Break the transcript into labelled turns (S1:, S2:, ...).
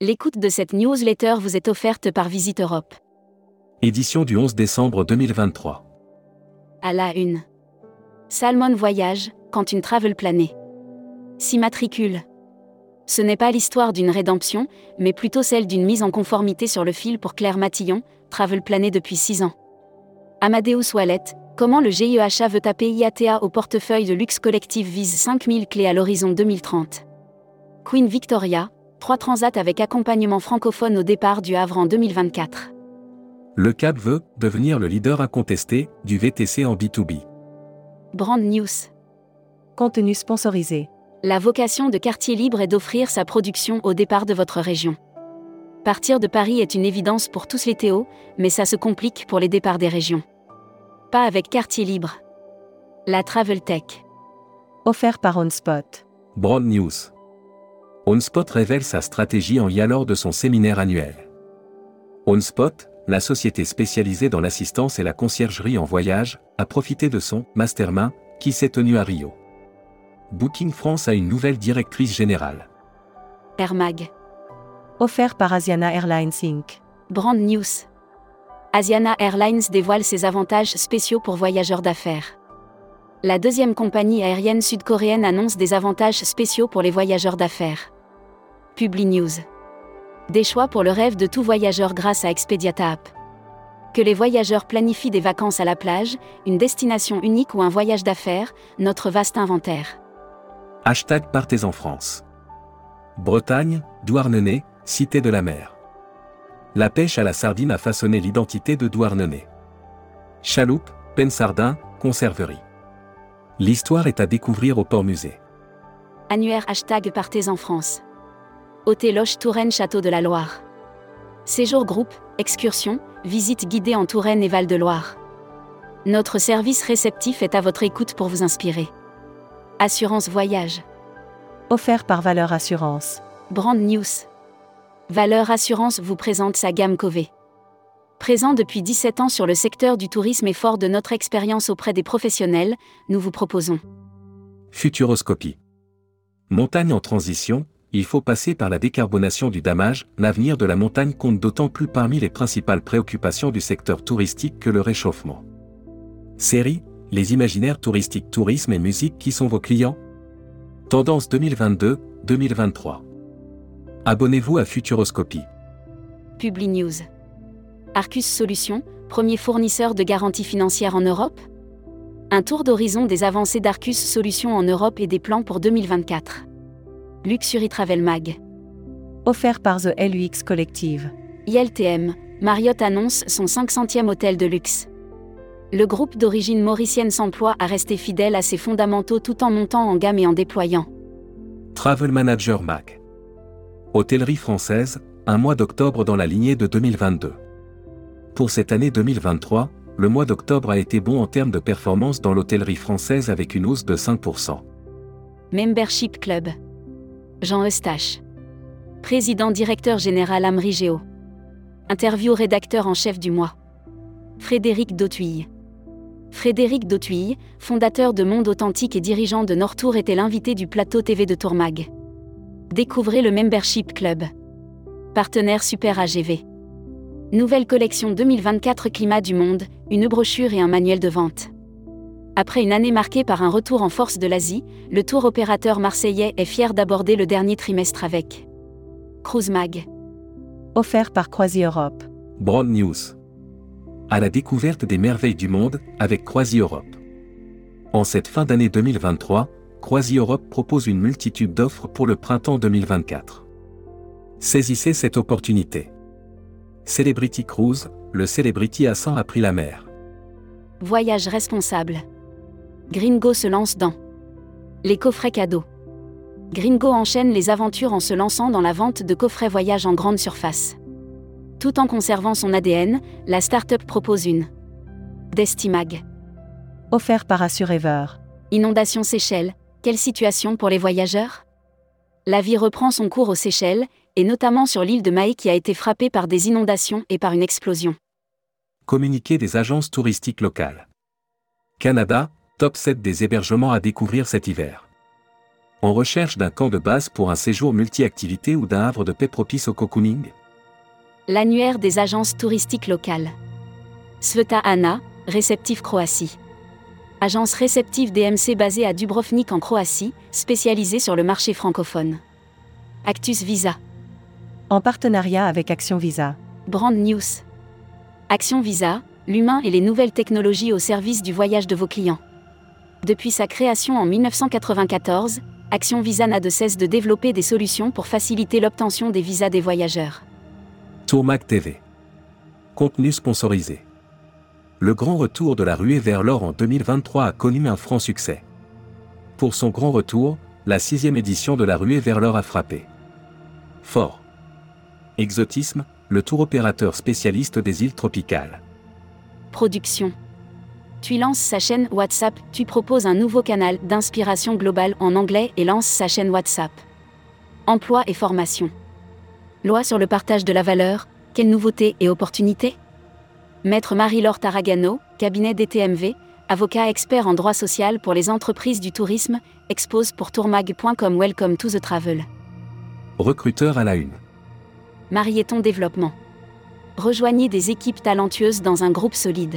S1: L'écoute de cette newsletter vous est offerte par Visite Europe.
S2: Édition du 11 décembre 2023.
S1: À la une. Salmon voyage, quand une travel planée. S'immatricule. Ce n'est pas l'histoire d'une rédemption, mais plutôt celle d'une mise en conformité sur le fil pour Claire Matillon, travel planée depuis 6 ans. Amadeus Wallet, comment le GIEHA veut taper IATA au portefeuille de luxe collectif vise 5000 clés à l'horizon 2030. Queen Victoria, trois transats avec accompagnement francophone au départ du Havre en 2024.
S2: Le Cap veut devenir le leader incontesté du VTC en B2B.
S1: Brand News.
S3: Contenu sponsorisé.
S1: La vocation de Quartier Libre est d'offrir sa production au départ de votre région. Partir de Paris est une évidence pour tous les Théo, mais ça se complique pour les départs des régions. Pas avec Quartier Libre. La Travel Tech.
S3: Offert par OnSpot.
S2: Broad News. OnSpot révèle sa stratégie en y lors de son séminaire annuel. OnSpot, la société spécialisée dans l'assistance et la conciergerie en voyage, a profité de son mastermind qui s'est tenu à Rio. Booking France a une nouvelle directrice générale.
S1: Air Mag.
S3: Offert par Asiana Airlines Inc.
S1: Brand News. Asiana Airlines dévoile ses avantages spéciaux pour voyageurs d'affaires. La deuxième compagnie aérienne sud-coréenne annonce des avantages spéciaux pour les voyageurs d'affaires. Publi News. Des choix pour le rêve de tout voyageur grâce à Expedia App. Que les voyageurs planifient des vacances à la plage, une destination unique ou un voyage d'affaires, notre vaste inventaire.
S2: Hashtag Partez en France. Bretagne, Douarnenez, cité de la mer. La pêche à la sardine a façonné l'identité de Douarnenez. Chaloupe, peine sardin, conserverie. L'histoire est à découvrir au port musée.
S1: Annuaire hashtag Partez en France. Hôtel Loche Touraine Château de la Loire. Séjour groupe, excursion, visite guidée en Touraine et Val-de-Loire. Notre service réceptif est à votre écoute pour vous inspirer. Assurance voyage.
S3: Offert par Valeur Assurance.
S1: Brand News. Valeur Assurance vous présente sa gamme Cové. Présent depuis 17 ans sur le secteur du tourisme et fort de notre expérience auprès des professionnels, nous vous proposons
S2: Futuroscopie. Montagne en transition, il faut passer par la décarbonation du damage, l'avenir de la montagne compte d'autant plus parmi les principales préoccupations du secteur touristique que le réchauffement. Série, les imaginaires touristiques tourisme et musique qui sont vos clients Tendance 2022-2023. Abonnez-vous à Futuroscopie.
S1: Publi News. Arcus Solutions, premier fournisseur de garantie financière en Europe Un tour d'horizon des avancées d'Arcus Solutions en Europe et des plans pour 2024. Luxury Travel Mag.
S3: Offert par The LUX Collective.
S1: ILTM, Marriott annonce son 500e hôtel de luxe. Le groupe d'origine mauricienne s'emploie à rester fidèle à ses fondamentaux tout en montant en gamme et en déployant.
S2: Travel Manager Mac. Hôtellerie française, un mois d'octobre dans la lignée de 2022. Pour cette année 2023, le mois d'octobre a été bon en termes de performance dans l'hôtellerie française avec une hausse de 5%.
S1: Membership Club. Jean Eustache. Président directeur général Amri Géo. Interview rédacteur en chef du mois. Frédéric Dautuille. Frédéric Dautuille, fondateur de Monde Authentique et dirigeant de Nortour, était l'invité du plateau TV de Tourmag. Découvrez le Membership Club. Partenaire Super AGV. Nouvelle collection 2024 Climat du Monde, une brochure et un manuel de vente. Après une année marquée par un retour en force de l'Asie, le tour opérateur marseillais est fier d'aborder le dernier trimestre avec Cruise Mag.
S3: Offert par Croisi Europe.
S2: Broad News. À la découverte des merveilles du monde avec Croisi Europe. En cette fin d'année 2023, Croisi Europe propose une multitude d'offres pour le printemps 2024. Saisissez cette opportunité. Celebrity Cruise, le Celebrity Assan a pris la mer.
S1: Voyage responsable. Gringo se lance dans les coffrets cadeaux. Gringo enchaîne les aventures en se lançant dans la vente de coffrets voyage en grande surface. Tout en conservant son ADN, la start-up propose une Destimag.
S3: Offert par Assurever.
S1: Inondation Seychelles, quelle situation pour les voyageurs La vie reprend son cours aux Seychelles, et notamment sur l'île de Mahé qui a été frappée par des inondations et par une explosion.
S2: Communiqué des agences touristiques locales. Canada, top 7 des hébergements à découvrir cet hiver. En recherche d'un camp de base pour un séjour multi-activité ou d'un havre de paix propice au cocooning
S1: L'annuaire des agences touristiques locales. Sveta Anna, réceptif Croatie. Agence réceptive DMC basée à Dubrovnik en Croatie, spécialisée sur le marché francophone. Actus Visa.
S3: En partenariat avec Action Visa.
S1: Brand News. Action Visa, l'humain et les nouvelles technologies au service du voyage de vos clients. Depuis sa création en 1994, Action Visa n'a de cesse de développer des solutions pour faciliter l'obtention des visas des voyageurs.
S2: Tourmac TV. Contenu sponsorisé. Le grand retour de la ruée vers l'or en 2023 a connu un franc succès. Pour son grand retour, la sixième édition de la ruée vers l'or a frappé. Fort. Exotisme, le tour opérateur spécialiste des îles tropicales.
S1: Production. Tu lances sa chaîne WhatsApp, tu proposes un nouveau canal d'inspiration globale en anglais et lance sa chaîne WhatsApp. Emploi et formation. Loi sur le partage de la valeur, quelles nouveautés et opportunités Maître Marie-Laure Taragano, cabinet DTMV, avocat expert en droit social pour les entreprises du tourisme, expose pour tourmag.com Welcome to the Travel.
S2: Recruteur à la une.
S1: Marieton Développement. Rejoignez des équipes talentueuses dans un groupe solide.